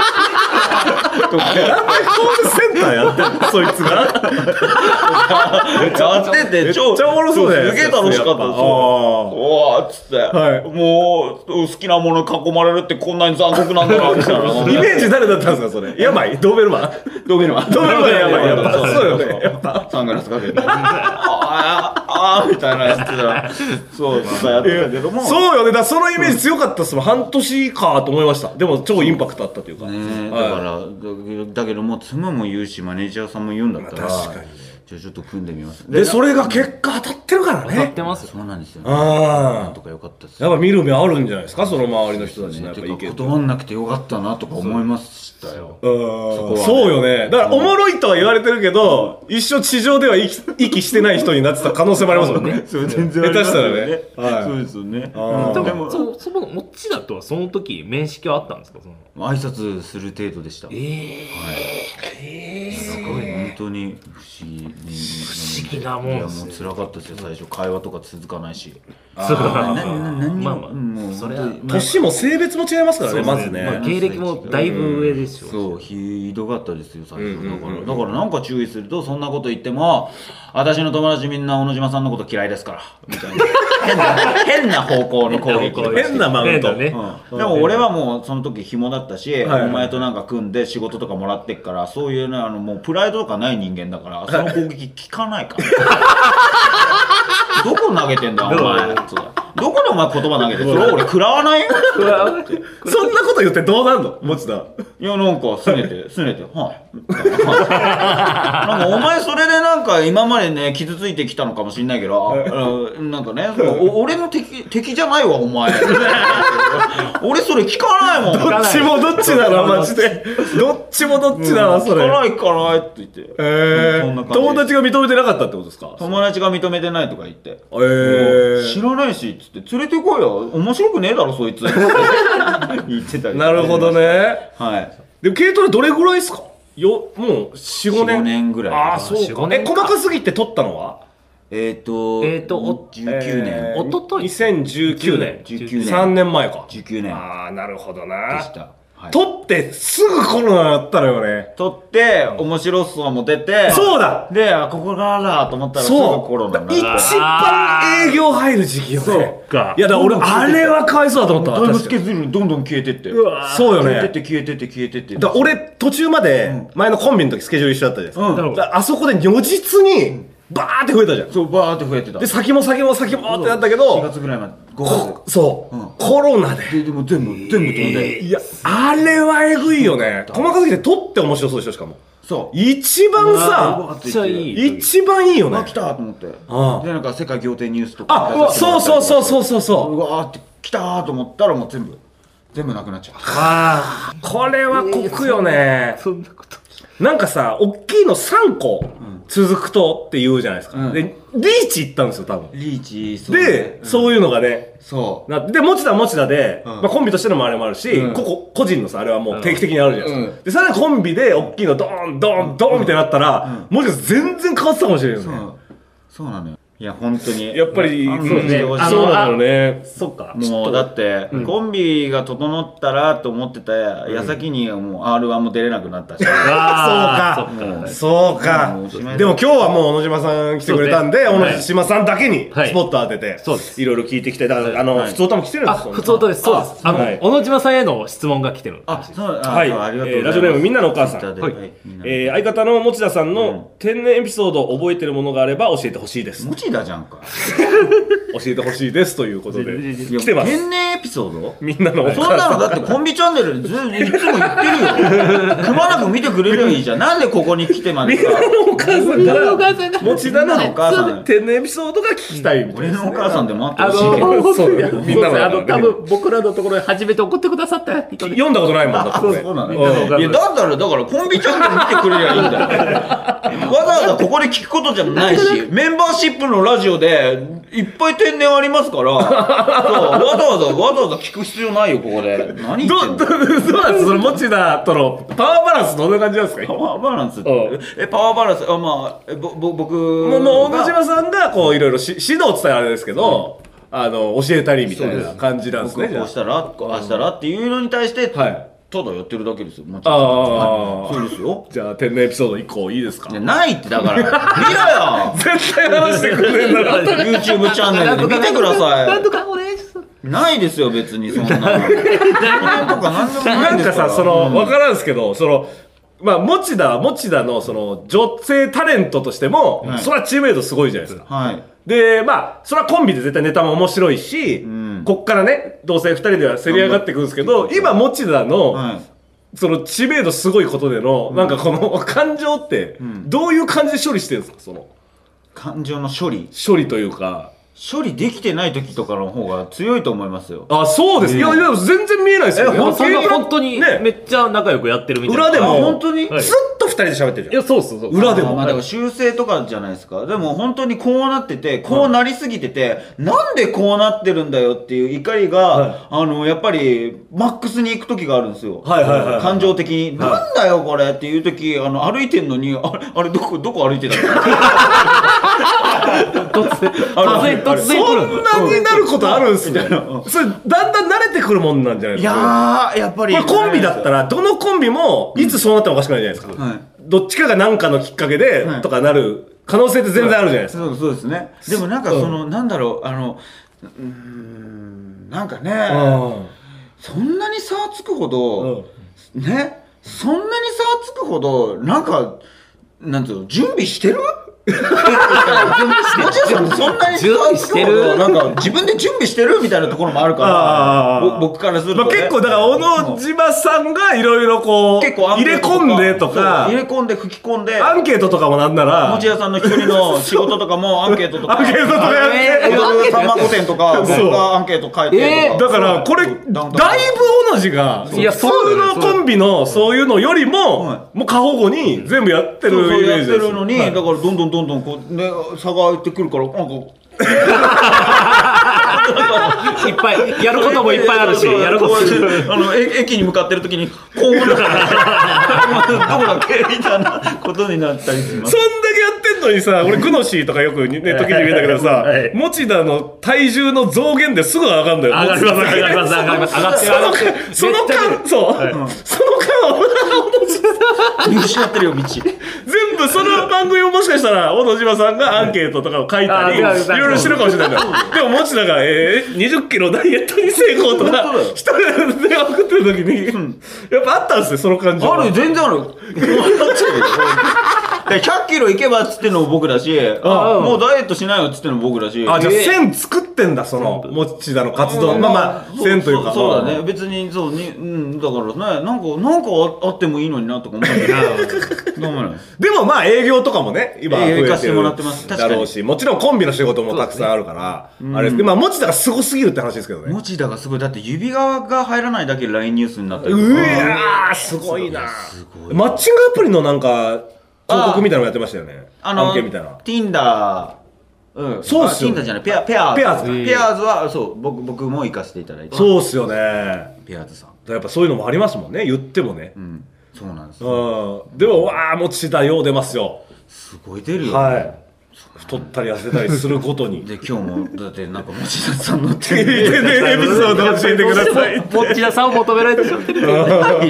コールとかセンターやってんのそいつ がやっててめっちゃおもろそうじゃないすでげえすか楽しかったやっでぱあすーおーっつって、はいもう好きなもの囲まれるってこんなに残酷なんだなみたいなイメージ誰だったんですかそれヤマイドーベルマンドベルマンドベルマンやばいやっぱそうよねやサングラスかけてあーあーあーみたいなやつだからそうそうやってたけどもそうよねだからそのイメージ強かったっすもん半年かと思いましたでも超インパクトあったというかねえだはいから、だけどだけどもう妻も言うしマネージャーさんも言うんだったら、まあ確かにねじゃあちょっと組んでみますでそれが結果当たってるから当たっねてますよそうなんですよ、ね、なあんとあかよかったですやっぱ見る目あるんじゃないですかその周りの人たちのやっぱて意見かと断んなくてよかったなとか思いましたようんこはねそうよねだからおもろいとは言われてるけど一生地上では息息してない人になってた可能性もありますもん ねそう全然下手したらねはいそうですよねあーででももそそこのモッチだとはその時面識はあったんですかその挨拶する程度でしたええすごい本当に不思議不思議なもんいやですもうね辛かったですよ最初会話とか続かないしそうかなな何 にまあまあもうそれは本当に年も性別も違いますからねまずまあね芸歴もだいぶ上でしょそうひどかったですよ最初だうんかうんうんらだからなんか注意するとそんなこと言っても私の友達みんな小野島さんのこと嫌いですからみたいな変な変な方向の攻撃変で変なマウント変だねうんでも俺はもうその時紐だったし、はいお前となんか組んで仕事とかもらってっからそういうねあのもうプライドとかない人間だからその攻撃聞かないか らどこ投げてんだお前どこでお前言葉投げてんの俺食らわないようわそんなこと言ってどうなんの持田いやなんか拗ねて拗ねてはいみたいななんかお前それでなんか今までね傷ついてきたのかもしんないけどあうんなんかねそのお俺の敵敵じゃないわ お前俺それ聞かないもんどっちもどっちだなマジでどっちもどっちだなそれ聞かないからって言って、えそんなー、感じ友達が認めてなかったってことですか友達が認めてないとか言って、えー知らないしっつって連れてこいよ面白くねえだろそい つ言ってたりなるほどね。はいでも軽トラどれぐらいですかよ、もう4、5 4年。 5年ぐらいああ、そう4 5か。年え、細かすぎて取ったのはえっ、ー、とえーとお19えー年、おととい2019年。 19年3年前か。 19年ああ、なるほどでなし。た、はい、取ってすぐコロナだったのよね。撮って面白さも出てそううだであここからだと思ったらすぐコそロうだナに一なって番営業入る時期よね。そうかいや、だから俺、あれはかわいそうだと思ったタイわム確スかケに。ジュールにどんどん消えてってそうよ消えねて。って消えてって消えてってだから俺、途中まで、前のコンビの時スケジュール一緒だったじゃないですか。うんだからあそこで如実にバーって増えたじゃんそうバーって増えてたで先も先も先もってなったけど4月ぐらいまで5こ月そう、うんコロナでででも全部全部飛んでいやあれはえぐいよね細かすぎて撮って面白そうでしょしかもそう一番さわめっちゃいい一番いいよあね来たと思ってでああなんか世界仰天ニュースとかあうわそうそうそうそうそうそうわーって来たーと思ったらもう全部全部なくなっちゃったああこれはこくよねそんなことなんかさ大きいの3個続くとって言うじゃないですか、うんでリーチ行ったんですよ多分リーチそうねで、うんそういうのがねそうなで持ちだ持ちだで、うんまあ、コンビとしてのもあれもあるし、うんここ個人のさあれはもう定期的にあるじゃないですか、うんでさらにコンビで大きいのドーンドーンドーンみたいになったら、もしかしたら全然変わってたかもしれないようねんそうなのよいや本当にやっぱり、うんそうねうんそうなのよねそっ かもうだって、コンビが整ったらと思ってた矢先にもう r 1も出れなくなったし、あーもうそうかうんおしまいだでも今日はもう小野島さん来てくれたんで、そうですね小野島さんだけにはいスポット当てて、そうですいろいろ聞いてきてだからあの、普通歌も来てるんであすよ普通とですそうですあのはい小野島さんへの質問が来てるあそうあ,、はいそうありがとうございます、えーラジオネームみんなのお母さん Twitter ではいはいみんなのえー相方の持田さんの天然エピソードを覚えてるものがあれば教えてほしいです、無知だじゃんか教えてほしいですということでいや来てます天然エピソードみんなのおそん母なさの だってコンビチャンネルでずいつも言ってるよくまなく見てくれればいいじゃんなんでここに来てまでさんお母さんからさんが持田のお母さん天然エピソードが聞きたいみた俺いなのお母さんでもあってあほしいけどのそうねみんなのそうですねあの多分僕らのところに初めて送ってくださった人で読んだことないもんだってこれそうなのうんいやだったらだからコンビチャンネル見てくれりゃいいんだよわざわざここで聞くことじゃないしメンバーシップのラジオでいっぱい天然ありますからそうわざわざわざわざ聞く必要ないよここで何言ってんどどのそうなんですその持田とのパワーバランスどんな感じなんですパかワーバランスうんえパワーバランスあまあえぼぼ僕もうもう小野が島さんがこういろいろし指導って言ったらあれですけど、あの教えたりみたいな感じなんです僕ねじゃあがこうしたらこうああしたらっていうのに対してたはだいやってるだけですよもちろんあはいあそうですよじゃあ天然エピソード1個いいですかいやないってだから 見ろよ絶対話してくれんなら YouTube チャンネルで見てくだなさんいとかお願いしますないですよ別にそんなのそれとか何でも なないんんですかかさらその、わからんすけどそのまあ持田は持田のその女性タレントとしても、はいそれは知名度すごいじゃないですか、はいでまあそれはコンビで絶対ネタも面白いし、んこっからねどうせ2人ではせり上がってくるんですけど今持田の、はいその知名度すごいことでの、なんかこの感情って、どういう感じで処理してるんですかその感情の処理処理というか処理できてない時とかの方が強いと思いますよあそうです、いやいや全然見えないですよいやそんな計画本当にねめっちゃ仲良くやってるみたいな裏でもあ本当にずっはいと2人で喋ってるいじゃやそうそうそうん裏であもまあだから修正とかじゃないですかでも本当にこうなっててこうなりすぎてて、なんでこうなってるんだよっていう怒りが、はあのやっぱりマックスに行く時があるんですよ、はいはいはい感情的に、なんだよこれっていう時あの歩いてんのにあれあれどこどこ歩いてたの突然突然突然来そるんなになることあるんすねそれだんだん慣れてくるもん なんじゃないでいすかやーやっぱりこれコンビだったらどのコンビもいつそうなってもおかしくないじゃないですか、はいどっちかが何かのきっかけではいとかなる可能性って全然あるじゃないですか、そうそうですねでもなんかその、なんだろうあのうーんなんかね、うんそんなに差はつくほど、ねそんなに差はつくほどなんかなんつうの準備して る準備してるそんなに差はつ準くほど備してるなんか自分で準備してるみたいなところもあるあからーぼ僕からすると、まあ、ね結構だから小野島さんがいろいろこう結構アン入ケれートとか込んでとかそう入れ込んで吹き込んでアンケートとかもなんならアン持ケー屋さんの一人 の仕事とかもアンケートとかトとかやってえー踊るさんま御殿とかそう僕がアンケート書いてえとーだからこれだいぶダウンタウン小野寺がいや普通そうだのよねそうだよコンビのそういうのよりもはもう過保護に全部やってるそうそうイメやーっジてでするのに、だからどんどんどんどんこう、ね、差が開いてくるから、なんか、いっぱいやることもいっぱいあるし そうそうやることもこうあの、え駅に向かってる時に、こうなるどこだっけみたいなことになったりしまそす。んだけやってんのにさ俺グノシーとかよくね時々言うんだけどさはい持田の体重の増減ですぐ上がるんだよ上がります上がります上がります上がってそ 上がのって間そのめっちゃ出る間そう、その間見失ってるよ、道。全部その番組ももしかしたら小野島さんがアンケートとかを書いたりいあーろいろしてるかもしれないからでも持ちだから、えー、20キロダイエットに成功とか本当だよ一人で送ってる時に、やっぱあったんですねその感情ある、全然ある。 で100キロいけばっつってんのも僕だし、あもうダイエットしないよっつってんのも僕だし。あ、じゃあえー線作ってんだ、その、もちだの活動。うんまあまあ、そう線というか。そうそうだね。別に、そう、に、うん、だからね、なんか、なんかああってもいいのになとか思うけど。どうもない。でもまあ営業とかもね、今増え営業てる行かせてもらってます確かだにろうし、もちろんコンビの仕事もたくさんあるから、あれですけど、まあ、もちだからすごすぎるって話ですけどね。持田がすごい。だって指側が入らないだけで LINE ニュースになったりとかうわー、すごいなマッチングアプリのなんか、広告みたいなのやってましたよね。あの、案件みたいな。 Tinder、うん。そうっすよあ Tinder じゃない、ペア、ペアーズ。ペアーズかペアーズは、そう、僕、僕も行かせていただいて。そうっすよね。やペアーズさん。っぱそういうのもありますもんね、言ってもねう。ん。そうなんですよ。うん。でも、わー、もちだよう出ますよ。すごい出るよ。はい。太ったり痩せたりすることに。で、今日も、だってなんか、持田さんの 手エピソード教えてください。持田さんを求められてしまって るよね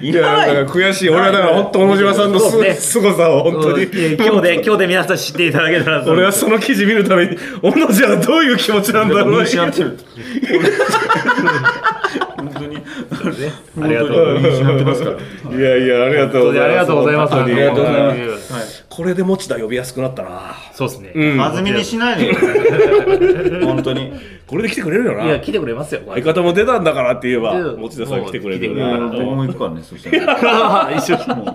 いや、だから悔しい。俺はだから本当、小野島さんのすそうね凄さを本当に。今日で今日で皆さん知っていただけたらと 俺はその記事見るために、小野島はどういう気持ちなんだろうな。失ってる。本当に。ありがとうございます失ってますから。いやいや、ありがとうございます。ありがとうございます本当にありがとうございますはい。これで持田呼びやすくなったな。そうですね、うん。弾みにしないでよ。本当に。これで来てくれるよいやな。来てくれますよこれ相方も出たんだからって言えばう、ん持田さん来てくれるよもな。う来てく僕も行くからね、そしたら。一緒もう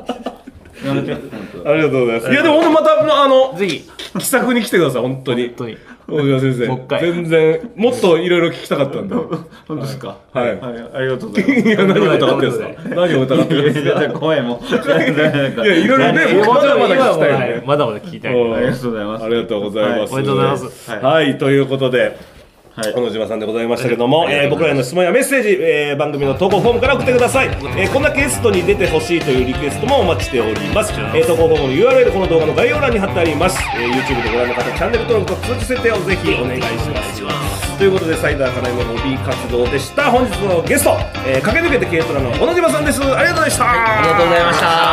やめて。本当ありがとうございます。いや、でも本当また、あの、 ぜひ気さくに来てください、本当に本。 当に小野島先もう一回生。全然、もっとい ろいろ聞きたかったんで。本当ですか。はいありがとうございいや、何を疑ってるんですとんでもか何を疑ってるんですかます。声も。いいや、やいろいろね、僕まだまだ聞きたいよはいね。まだまだ聞きたいうんありがとうございますありがとうございます。はいおめでとうございますはいはい、ということで、はい小野島さんでございましたけども、はいえー僕らへの質問やメッセージ、えー番組の投稿フォームから送ってください。えーこんなゲストに出てほしいというリクエストもお待ちしております。えー投稿フォームの URL、この動画の概要欄に貼ってあります。えー YouTube でご覧の方、チャンネル登録と通知設定をぜひお願いします。ということで、サイダーかなえもの B 活動でした。本日のゲスト、えー駆け抜けて軽トラの小野島さんです。ありがとうございました。ありがとうございました。